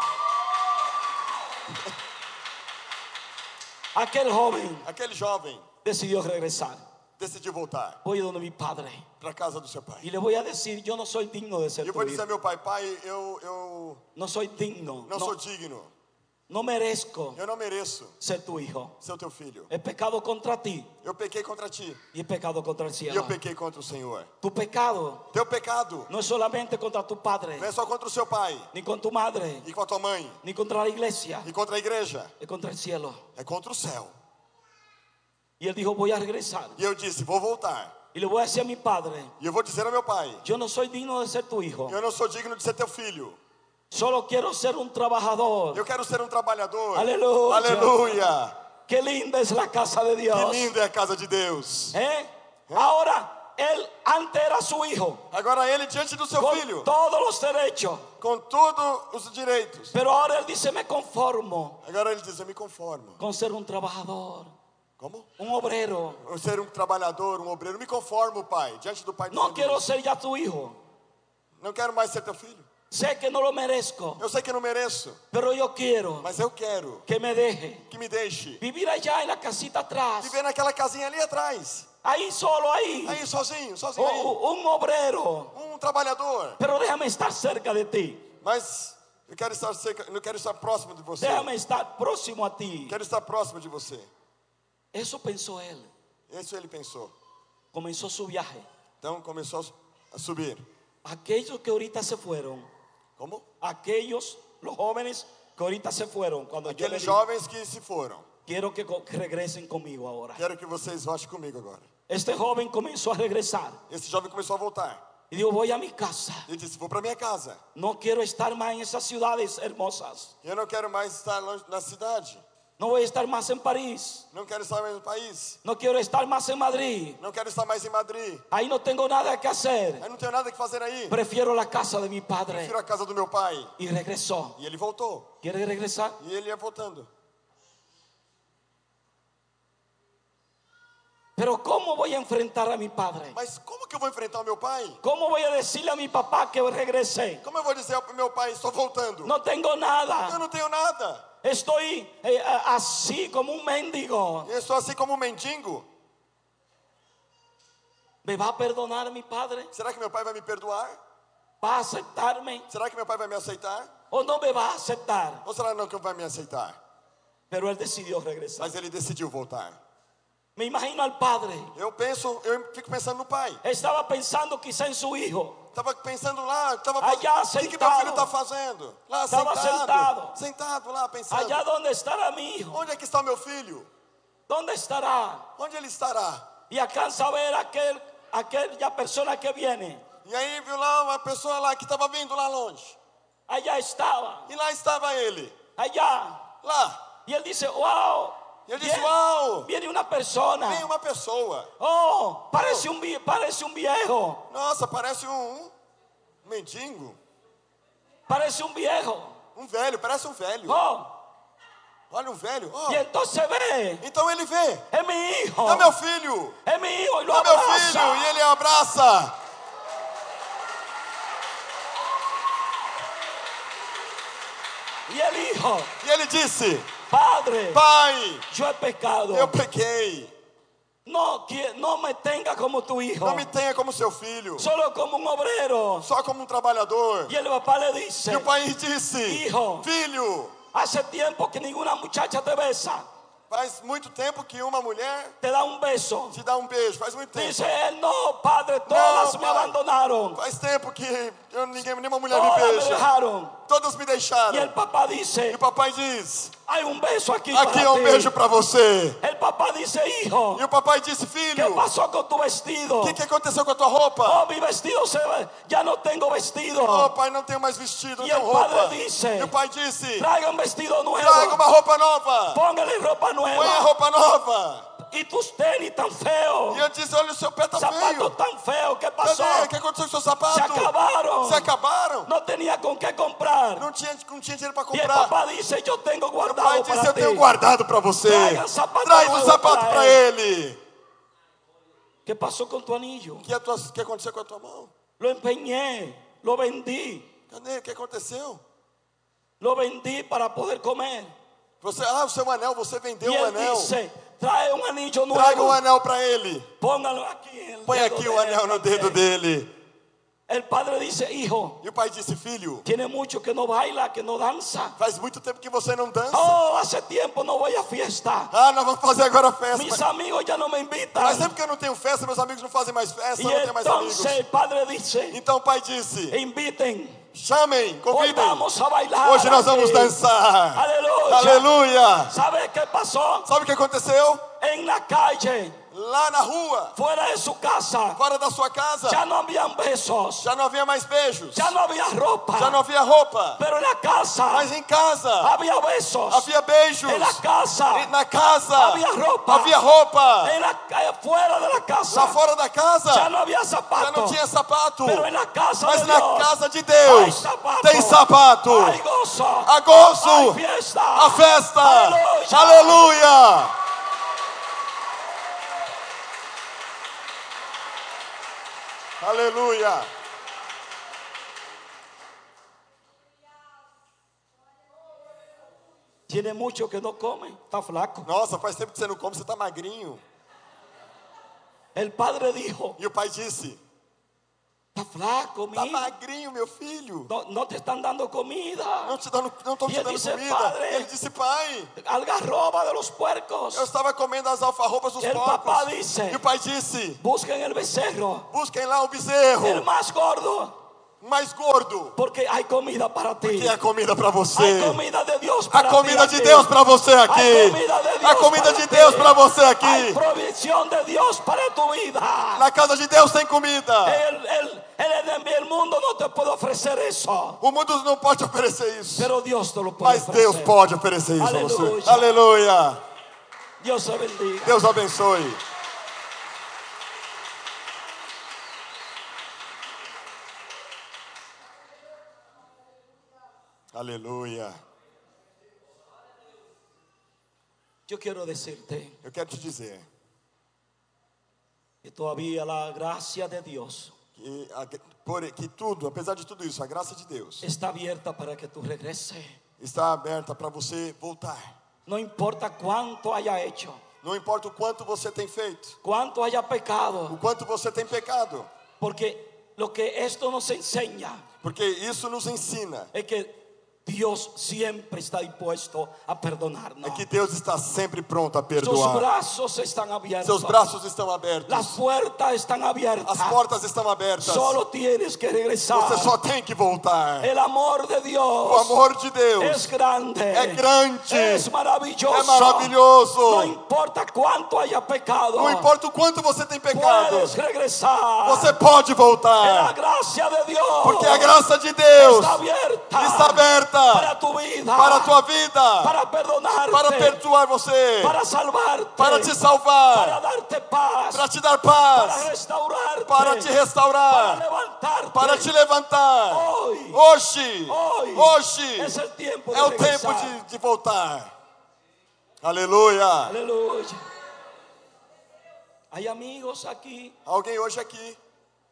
S3: Aquel joven
S2: Aquele jovem
S3: decidió regresar.
S2: decidiu voltar
S3: Voy donde mi padre
S2: para casa do seu pai.
S3: y le voy a decir, yo no soy digno de
S2: E
S3: ser
S2: eu
S3: tu
S2: vou dizer
S3: hijo.
S2: ao meu pai, pai, eu, eu
S3: No soy digno.
S2: não sou
S3: No,
S2: digno.
S3: no merezco
S2: Eu não mereço
S3: ser tu hijo.
S2: ser teu filho.
S3: He pecado contra ti
S2: Eu pequei contra ti.
S3: y he pecado contra el
S2: E
S3: cielo.
S2: eu pequei contra o Senhor.
S3: Tu pecado
S2: Teu pecado
S3: no es solamente contra tu padre,
S2: não é só contra o seu pai
S3: ni con tu madre,
S2: e com a tua mãe
S3: ni contra la iglesia,
S2: e contra a igreja.
S3: es contra el cielo.
S2: É contra o céu.
S3: Y él dijo, voy a regresar.
S2: E eu disse, vou voltar.
S3: Y le voy a decir a mi padre,
S2: E eu vou dizer ao meu pai,
S3: yo no soy digno de ser tu hijo.
S2: eu não sou digno de ser teu filho.
S3: Solo quiero ser un trabajador.
S2: Eu quero ser um trabalhador.
S3: Aleluia.
S2: Aleluia.
S3: Qué linda es la casa de
S2: Que
S3: Dios.
S2: linda é a casa de Deus.
S3: ¿Eh? Ahora, él antes era su hijo,
S2: Agora ele diante do seu filho,
S3: con todos los derechos.
S2: com todos os direitos.
S3: Pero ahora él dice, me conformo
S2: Agora ele diz: Eu me conformo.
S3: con ser un trabajador,
S2: Como?
S3: un obrero.
S2: Eu ser um trabalhador, um obreiro. Me conformo, pai. Diante do pai.
S3: No
S2: todo.
S3: quiero ser ya tu hijo.
S2: não quero mais ser teu filho.
S3: Sé que no lo merezco,
S2: Eu sei que eu não mereço,
S3: pero yo quiero
S2: mas eu quero
S3: que me deje
S2: que me deixe
S3: vivir allá en la casita atrás,
S2: viver naquela casinha ali atrás.
S3: ahí solo, ahí,
S2: Aí sozinho, sozinho aí.
S3: O- un obrero.
S2: Um trabalhador.
S3: Pero déjame estar cerca de ti,
S2: Mas eu quero estar cerca, não quero estar próximo de você.
S3: déjame estar próximo a ti.
S2: Quero estar próximo de você.
S3: Eso pensó él.
S2: Isso ele pensou.
S3: Comenzó su viaje.
S2: Então começou a subir.
S3: Aquellos que ahorita se fueron,
S2: Como?
S3: aquellos, los jóvenes que ahorita se fueron, cuando yo
S2: Aqueles
S3: les digo,
S2: jovens que se foram.
S3: quiero que co- que regresen conmigo ahora.
S2: Quero que vocês votem comigo agora.
S3: Este joven comenzó a regresar
S2: Esse jovem começou a voltar.
S3: y dijo, voy a mi casa.
S2: Ele disse: Vou para minha casa.
S3: No quiero estar más en esas ciudades hermosas.
S2: Eu não quero mais estar longe na cidade.
S3: No voy a estar más en París.
S2: Não quero estar mais no país.
S3: No quiero estar más en Madrid.
S2: Não quero estar mais em Madrid.
S3: Ahí no tengo nada que hacer.
S2: Aí não tenho nada que fazer aí.
S3: Prefiero la casa de mi padre.
S2: Prefiro a casa do meu pai.
S3: Y regresó.
S2: E ele voltou.
S3: ¿Quiere regresar?
S2: E ele ia voltando.
S3: Pero ¿cómo voy a enfrentar a mi padre?
S2: Mas como que eu vou enfrentar o meu pai?
S3: ¿Cómo voy a decirle a mi papá que regrese?
S2: Como eu vou dizer ao meu pai: Estou voltando?
S3: No tengo
S2: Eu
S3: nada.
S2: não tenho nada.
S3: Estoy eh, a- así como un mendigo.
S2: Eu estou assim como um mendigo.
S3: ¿Me va a perdonar mi padre?
S2: Será que meu pai vai me perdoar?
S3: ¿Va a aceptarme
S2: Será que meu pai vai me aceitar?
S3: o no me va a aceptar?
S2: Ou será não que vai me aceitar?
S3: Pero él decidió regresar.
S2: Mas ele decidiu voltar.
S3: Me imagino al padre.
S2: Eu penso, eu fico pensando no pai.
S3: Estaba pensando quizá en su hijo.
S2: Tava pensando lá, tava
S3: Allá
S2: o que, que meu
S3: sentado.
S2: filho tá fazendo? Lá
S3: Tava
S2: sentado,
S3: sentado.
S2: sentado lá pensando.
S3: Allá donde estará mi hijo.
S2: Onde é que está o meu filho?
S3: ¿Dónde estará?
S2: Onde ele estará?
S3: Y alcanza a ver aquel, aquella persona que viene.
S2: E aí viu lá uma pessoa lá que estava vindo lá longe.
S3: Allá estaba.
S2: E lá estava ele.
S3: Allá.
S2: Lá.
S3: Y él dice, wow.
S2: E ele
S3: viene-
S2: disse: "Uau,
S3: Viene una persona.
S2: tem uma pessoa.
S3: Oh, parece un, vie- parece un viejo.
S2: Nossa, parece um, um mendigo,
S3: Parece un viejo.
S2: um velho, parece um velho.
S3: Oh,
S2: Olha um velho. ó.
S3: y entonces ve.
S2: Então ele vê.
S3: Es mi hijo.
S2: É meu filho.
S3: Es mi hijo y lo
S2: É meu
S3: abraza.
S2: filho e ele abraça.
S3: Y el hijo,
S2: E ele disse:
S3: padre,
S2: Pai,
S3: yo he pecado.
S2: eu pequei.
S3: No, que- no me tenga como tu hijo.
S2: Não me tenha como seu filho,
S3: Solo como un obrero.
S2: só como um trabalhador.
S3: Y el papá le dice,
S2: E o pai disse:
S3: Hijo.
S2: Filho,
S3: hace tiempo que ninguna muchacha te besa.
S2: faz muito tempo que uma mulher
S3: Te da un beso.
S2: te dá um beijo. Faz muito tempo.
S3: Dice él, no, padre, todas
S2: No,
S3: me
S2: pai.
S3: abandonaron.
S2: Faz tempo que eu, ninguém, nenhuma mulher me
S3: Todas me
S2: beija.
S3: dejaron.
S2: Todas me
S3: Y el
S2: deixaram.
S3: papá
S2: E o
S3: dice,
S2: papai diz:
S3: hay un beso aquí.
S2: Aqui
S3: para
S2: é um
S3: ti".
S2: beijo pra você.
S3: El papá dice, hijo,
S2: E o papai disse:
S3: ¿qué
S2: Filho, o
S3: pasó con tu vestido?
S2: que, que aconteceu com a tua roupa?
S3: Oh, mi vestido se va- ya no tengo vestido.
S2: Oh, pai, não tenho mais vestido, não
S3: E
S2: tenho
S3: o padre
S2: roupa.
S3: disse,
S2: E o pai disse:
S3: Traigan vestido
S2: Traga
S3: nuevo.
S2: uma roupa nova.
S3: Póngale ropa
S2: Põe a
S3: nueva.
S2: roupa nova.
S3: Y tus tenis tan
S2: E
S3: feos.
S2: eu disse: olha, o seu pé tá feio.
S3: Zapatos tan feos. ¿Qué pasó?
S2: Cadê? O que aconteceu com o seu
S3: Se
S2: sapato?
S3: acabaron.
S2: Se acabaram?
S3: No tenía con qué comprar.
S2: Não tinha, não tinha dinheiro para
S3: Y el
S2: comprar.
S3: é papá dice, yo tengo
S2: O pai
S3: guardado
S2: disse: eu
S3: para ti.
S2: tenho guardado para você.
S3: Traga o sapato
S2: Traz o
S3: novo
S2: sapato
S3: pra
S2: para ele.
S3: ¿Qué pasó con tu anillo?
S2: O que, é a tua- o que aconteceu com a tua mão?
S3: Lo empeñé, lo vendí,
S2: Cadê? O que aconteceu?
S3: lo vendí para poder comer.
S2: Você, ah, o seu anel, você vendeu
S3: y
S2: o
S3: él
S2: anel.
S3: dice, trae un anillo nuevo.
S2: Traga o anel para ele.
S3: Póngalo aquí. en el
S2: Põe
S3: dedo
S2: aqui
S3: de
S2: o
S3: él
S2: anel no
S3: también.
S2: dedo dele.
S3: El padre dice, hijo,
S2: E o pai disse: filho,
S3: tiene mucho que no baila, que no danza.
S2: faz muito tempo que você não dança.
S3: Oh, hace tiempo no voy a fiesta.
S2: Ah, nós vamos fazer agora festa.
S3: Mis amigos ya no me invitan.
S2: Mas sempre que eu não tenho festa, meus amigos não fazem mais festa,
S3: y
S2: eu não tenho mais amigos.
S3: entonces el padre dice,
S2: Então o pai disse:
S3: inviten,
S2: chamem,
S3: hoy
S2: convidem.
S3: vamos a bailar.
S2: Hoje nós vamos
S3: aquí".
S2: dançar.
S3: Aleluya.
S2: Aleluia!
S3: ¿Sabe qué pasó?
S2: Sabe o que aconteceu?
S3: En la calle,
S2: lá na rua,
S3: fuera de su casa,
S2: fora da sua casa,
S3: ya no había besos,
S2: já não havia mais beijos,
S3: ya no había ropa,
S2: já não havia roupa,
S3: pero en la casa
S2: mas em casa
S3: había besos,
S2: havia beijos,
S3: en la casa,
S2: E na casa
S3: Havia roupa.
S2: havia roupa,
S3: en la, ca- fuera de la casa,
S2: lá fora da casa
S3: ya no
S2: já
S3: había
S2: não
S3: zapatos,
S2: tinha sapato,
S3: pero en la casa
S2: mas
S3: de
S2: na
S3: Dios
S2: casa de Deus
S3: hay zapato,
S2: tem sapato,
S3: hay gozo,
S2: há gozo,
S3: hay fiesta,
S2: a festa,
S3: Aleluia.
S2: aleluia! Aleluia!
S3: Tiene mucho que no come, está flaco.
S2: Nossa, faz tempo que você não come, você está magrinho.
S3: El padre dijo,
S2: E o pai disse:
S3: está flaco, mi
S2: Tá
S3: hijo.
S2: magrinho, meu filho.
S3: No, no te están dando comida.
S2: Não te dando, não tô
S3: E
S2: te
S3: ele
S2: dando
S3: disse,
S2: comida.
S3: "Padre."
S2: Ele disse: Pai,
S3: Algarroba de los
S2: eu
S3: puercos.
S2: estava comendo as alfarrobas dos
S3: E o
S2: porcos.
S3: papá disse,
S2: e o pai disse:
S3: Busquen el becerro,
S2: Busquem lá o bezerro
S3: el más gordo,
S2: mais gordo,
S3: porque hay comida para ti.
S2: que é a comida para
S3: Hay
S2: você.
S3: comida de Dios
S2: A
S3: para ti.
S2: comida de
S3: aquí.
S2: Deus para você
S3: Hay
S2: aqui.
S3: comida de Dios,
S2: A comida
S3: para
S2: de
S3: ti.
S2: Deus para você
S3: Hay
S2: aqui.
S3: provisión de Dios para tu vida.
S2: Na casa de Deus tem comida.
S3: El, el- el enemigo- el mundo no te puede ofrecer eso,
S2: O mundo não pode oferecer isso.
S3: pero Dios te lo puede
S2: Mas
S3: ofrecer.
S2: Deus pode oferecer isso a você.
S3: Aleluia.
S2: Aleluia.
S3: Dios te bendiga.
S2: Deus abençoe. Aleluia.
S3: Yo quiero decirte
S2: Eu quero te dizer
S3: que todavía la gracia de Dios
S2: que, a- por- que tudo, apesar de tudo isso, a graça de Deus
S3: está abierta para que tú regreses.
S2: está aberta para você voltar.
S3: No importa cuánto haya hecho,
S2: Não importa o quanto você tem feito,
S3: cuánto haya
S2: o
S3: pecado,
S2: quanto você tem pecado,
S3: porque lo que esto nos enseña
S2: porque isso nos ensina
S3: es que Dios siempre está dispuesto a
S2: é
S3: perdonarnos.
S2: que Deus está sempre pronto a
S3: Sus
S2: perdoar.
S3: brazos están abiertos,
S2: Seus braços estão
S3: las
S2: abertos,
S3: puertas están abiertas.
S2: as portas estão abertas.
S3: Solo tienes que regresar.
S2: Você só tem que voltar.
S3: El amor de Dios
S2: O amor de Deus
S3: es grande,
S2: é grande,
S3: es maravilloso.
S2: é maravilhoso.
S3: No importa cuánto haya pecado,
S2: Não importa o quanto você tem pecado,
S3: puedes regresar.
S2: você pode
S3: Es la
S2: voltar.
S3: gracia de Dios
S2: Porque a graça de Deus
S3: está abierta
S2: está aberta
S3: para tu vida,
S2: para a tua vida,
S3: para perdonarte,
S2: para perdoar você,
S3: para salvarte,
S2: para te
S3: para
S2: salvar,
S3: darte paz,
S2: para te dar
S3: para
S2: paz,
S3: restaurarte,
S2: para te
S3: para
S2: restaurar,
S3: levantarte.
S2: para te levantar.
S3: hoy,
S2: Hoje,
S3: hoy
S2: hoje
S3: es el tiempo de
S2: é o tempo de,
S3: regresar.
S2: de voltar. Aleluia.
S3: Aleluya. Hay amigos aquí
S2: Alguém hoje aqui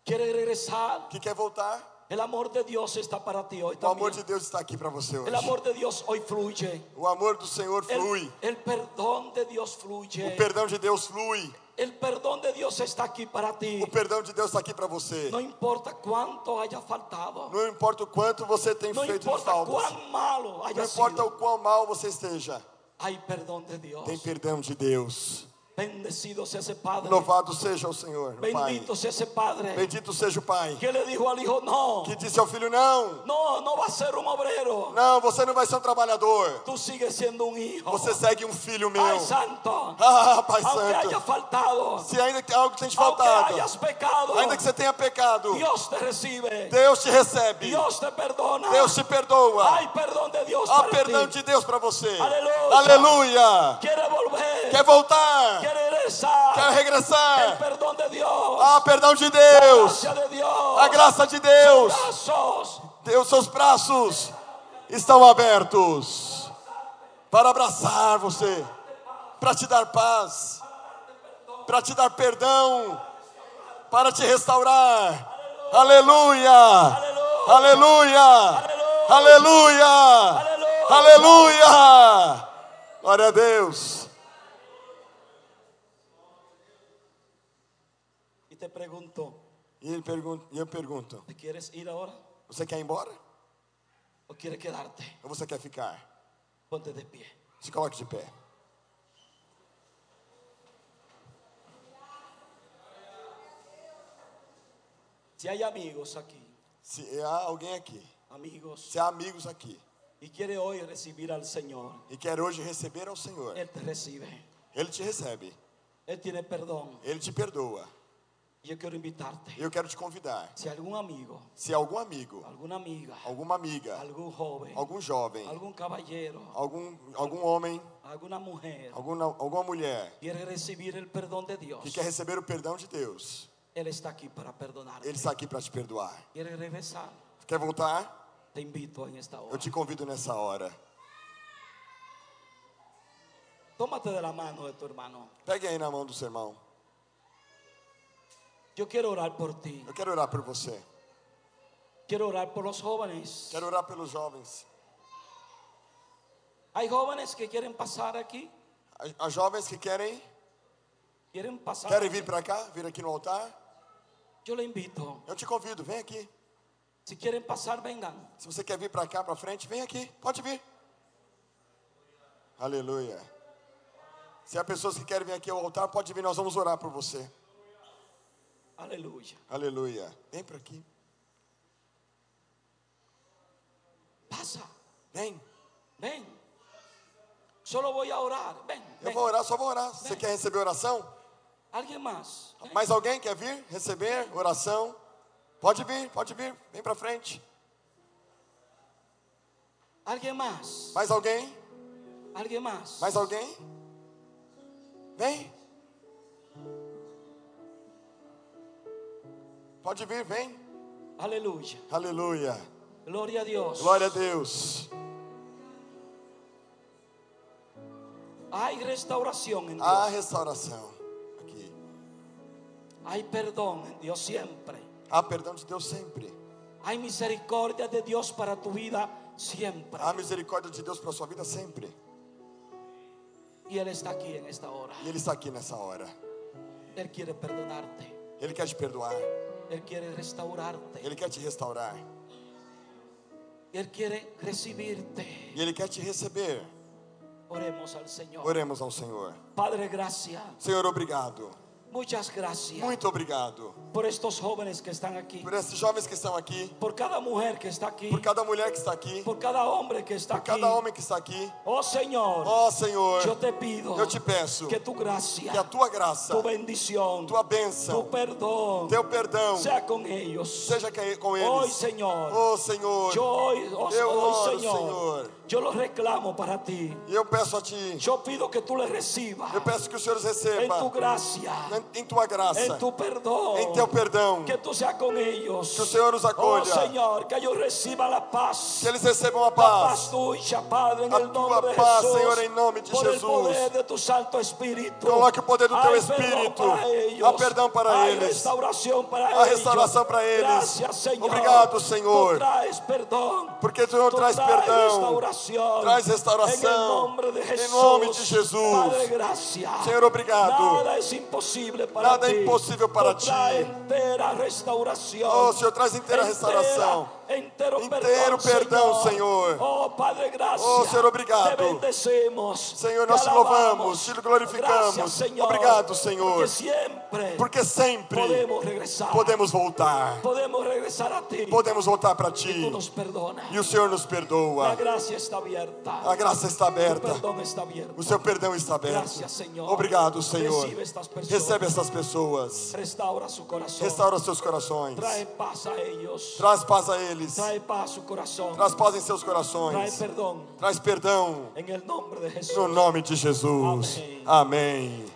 S3: quiere regresar.
S2: que quer voltar?
S3: El amor de Dios está para ti hoy
S2: O amor
S3: también.
S2: de Deus está aqui para você hoje.
S3: El amor de Dios hoy fluye.
S2: O amor do Senhor flui.
S3: El, el perdón de Dios fluye.
S2: O perdão de Deus flui.
S3: El perdón de Dios está aquí para ti.
S2: O perdão de Deus está aqui para você.
S3: No importa cuánto haya faltado.
S2: Não importa o quanto você tem
S3: No
S2: feito de
S3: importa
S2: faltas.
S3: cuán malo
S2: Não
S3: haya
S2: importa
S3: sido.
S2: o quão mal você esteja.
S3: Hay perdón de Dios.
S2: Tem perdão de Deus.
S3: Bendecido sea ese Padre.
S2: Louvado seja o Senhor, o Pai.
S3: Bendito sea ese Padre.
S2: Bendito seja o Pai.
S3: Que le dijo al hijo, no.
S2: Que disse ao filho: Não,
S3: No, no va a ser un obrero.
S2: não, você não vai ser um trabalhador.
S3: Tú sigues siendo un hijo.
S2: Você segue um filho meu.
S3: Pues Ay, santo.
S2: Ah, Pai
S3: Aunque haya
S2: Santo.
S3: faltado.
S2: Se ainda que algo tem te
S3: Aunque
S2: faltado,
S3: hayas pecado.
S2: ainda que você tenha pecado,
S3: Dios te recibe.
S2: Deus te recebe.
S3: Dios te perdona.
S2: Deus te perdoa.
S3: Hay perdón de Dios
S2: Há
S3: para
S2: perdão
S3: ti.
S2: de Deus para você.
S3: Aleluia.
S2: Aleluia.
S3: Quiere volver.
S2: Quer voltar?
S3: Quiere regresar.
S2: Quer
S3: El
S2: regressar?
S3: perdón de Dios.
S2: Há perdão de Deus.
S3: La gracia de Dios.
S2: A graça de Deus.
S3: Brazos.
S2: Deus, seus braços estão abertos para abraçar você, para te dar paz, para te dar perdão, para te restaurar. Aleluia! Aleluia! Aleluia! Aleluia! Glória a Deus.
S3: Y te pregunto,
S2: E ele pergun- e eu pergunto:
S3: ¿te quieres ir ahora
S2: Você quer ir embora
S3: o quieres quedarte?
S2: ou você quer ficar?
S3: Ponte de pie.
S2: Se coloque de pé.
S3: Si hay amigos aquí,
S2: Se há alguém aqui,
S3: amigos,
S2: se há amigos aqui
S3: y quiere hoy recibir al Señor,
S2: e quer hoje receber ao Senhor,
S3: Él te recibe.
S2: Ele te recebe.
S3: Él tiene perdón.
S2: Ele te perdoa.
S3: Yo quiero invitarte.
S2: E eu quero te convidar.
S3: Si algún amigo,
S2: Se algum amigo,
S3: alguna amiga,
S2: alguma amiga,
S3: algún joven,
S2: algum jovem,
S3: algún caballero,
S2: algum, algum homem,
S3: alguna mujer
S2: alguma, alguma mulher
S3: quiere recibir el perdón de Dios,
S2: que quer receber o perdão de Deus,
S3: Él está aquí para perdonarte.
S2: Ele está aqui para te perdoar.
S3: Quiere regresar.
S2: Quer voltar?
S3: Te invito en esta
S2: Eu
S3: hora.
S2: te convido nessa hora.
S3: Tómate de la mano de tu hermano.
S2: Pegue aí na mão do seu irmão.
S3: Yo quiero orar por ti.
S2: Eu quero orar por você.
S3: Quiero orar por los jóvenes.
S2: Quero orar pelos jovens.
S3: Hay jóvenes que quieren pasar aquí.
S2: A- As jovens que querem,
S3: Quieren pasar.
S2: querem vir para cá, vir aqui no altar,
S3: Yo le invito.
S2: eu te convido, vem aqui.
S3: Si quieren pasar, vengan.
S2: Se você quer vir para cá, para frente, vem aqui, pode vir. Aleluia. Se há pessoas que querem vir aqui ao altar, pode vir, nós vamos orar por você.
S3: Aleluya.
S2: Aleluia. Vem para aqui.
S3: Pasa.
S2: Vem.
S3: Ven. Solo voy a orar. Ven.
S2: Eu
S3: ven.
S2: vou orar, só vou orar. Você quer receber oração?
S3: Alguien más. Ven.
S2: Mais alguém quer vir receber oração? Pode vir, pode vir. Vem para frente.
S3: Alguien más.
S2: Mais alguém?
S3: Alguien más.
S2: Mais alguém? Vem. Pode vir, vem.
S3: Aleluya.
S2: Aleluia.
S3: Gloria a Dios.
S2: Glória a Deus.
S3: Hay restauración en
S2: Há
S3: Dios.
S2: restauração aqui.
S3: Hay perdón en Dios siempre.
S2: Há perdão de Deus sempre.
S3: Hay misericordia de Dios para tu vida siempre.
S2: Há misericórdia de Deus para sua vida sempre.
S3: Y Él está aquí en esta hora.
S2: E Ele está aqui nessa hora.
S3: Él quiere perdonarte.
S2: Ele quer te perdoar.
S3: Él quiere restaurarte.
S2: Ele quer te restaurar.
S3: Él quiere recibirte.
S2: E Ele quer te receber.
S3: Oremos al Señor.
S2: Oremos ao Senhor.
S3: Padre, gracias.
S2: Senhor, obrigado.
S3: Muchas gracias
S2: Muito obrigado
S3: por estos jóvenes que están aquí.
S2: por esses jovens que estão aqui,
S3: Por cada mujer que está aquí.
S2: por cada mulher que está aqui,
S3: Por cada hombre que está aquí.
S2: cada homem que está aqui.
S3: Oh Señor,
S2: Ó Senhor,
S3: yo te pido
S2: eu te peço
S3: que tu gracia,
S2: que a tua graça,
S3: tu bendición,
S2: tua
S3: tu
S2: bênção,
S3: perdón
S2: teu perdão
S3: sea con ellos.
S2: seja que- com
S3: Hoy,
S2: eles.
S3: Señor.
S2: Ó Senhor,
S3: Yo hoy, oh,
S2: Eu
S3: hoy,
S2: oro,
S3: Señor,
S2: Senhor.
S3: yo lo reclamo para ti.
S2: e eu peço a ti,
S3: Yo pido que tú le recibas
S2: eu peço que o Senhor os
S3: en tu
S2: receba
S3: gracia,
S2: em, em tua graça,
S3: en tu perdón,
S2: em teu perdão,
S3: que tú seas con ellos.
S2: Que o Senhor os
S3: oh
S2: acolha.
S3: Señor, que ellos reciban la paz.
S2: que eles recebam a
S3: La
S2: paz,
S3: paz tuya, Padre, en
S2: A
S3: el
S2: tua
S3: nombre de
S2: paz,
S3: Jesús.
S2: Senhor, em nome de
S3: por el
S2: Jesus.
S3: poder de tu Santo Espíritu.
S2: Coloque o poder do
S3: Hay
S2: teu
S3: perdón
S2: Espírito.
S3: para ellos.
S2: Há perdão para
S3: Hay
S2: eles.
S3: restauración para
S2: Há
S3: ellos.
S2: restauração para eles.
S3: Gracias, Senhor.
S2: Obrigado, Senhor.
S3: Tú traes perdón.
S2: porque o Senhor
S3: Tú
S2: traz
S3: traes
S2: perdão.
S3: restauración.
S2: Traz restauração.
S3: En el nombre de
S2: Em
S3: Jesús.
S2: nome de Jesus.
S3: Padre, gracias.
S2: Senhor, obrigado.
S3: Nada es imposible para
S2: Nada é
S3: ti.
S2: impossível para
S3: Tú
S2: ti.
S3: traes entera restauración.
S2: Ó Oh, Senhor, traz inteira restauração.
S3: Entera- Entero,
S2: Inteiro perdão, Senhor.
S3: Oh, Padre, graças.
S2: Oh, Senhor, obrigado.
S3: Te bendecemos.
S2: Senhor, nós
S3: te
S2: te
S3: alabamos,
S2: louvamos, te glorificamos.
S3: Gracias, Senhor,
S2: Obrigado, Senhor.
S3: Porque sempre
S2: Porque sempre
S3: podemos regresar.
S2: podemos voltar.
S3: Podemos regresar a ti.
S2: Podemos voltar para ti.
S3: Tú nos perdonas.
S2: E o Senhor nos
S3: La
S2: perdoa.
S3: gracia está abierta.
S2: A graça está
S3: El
S2: aberta.
S3: perdón está abierto.
S2: O seu perdão está aberto.
S3: Gracias, Señor.
S2: Obrigado, Senhor.
S3: Recebe estas personas.
S2: Recebe essas pessoas.
S3: Restaura su corazón.
S2: Restaura seus corações.
S3: Trae paz a ellos.
S2: Traz paz a eles.
S3: Trae paz a su corazón.
S2: Traz paz em seus
S3: Trae
S2: corações.
S3: perdón.
S2: Traz perdão.
S3: En el nombre de Jesús.
S2: No nome de Jesus. Amém.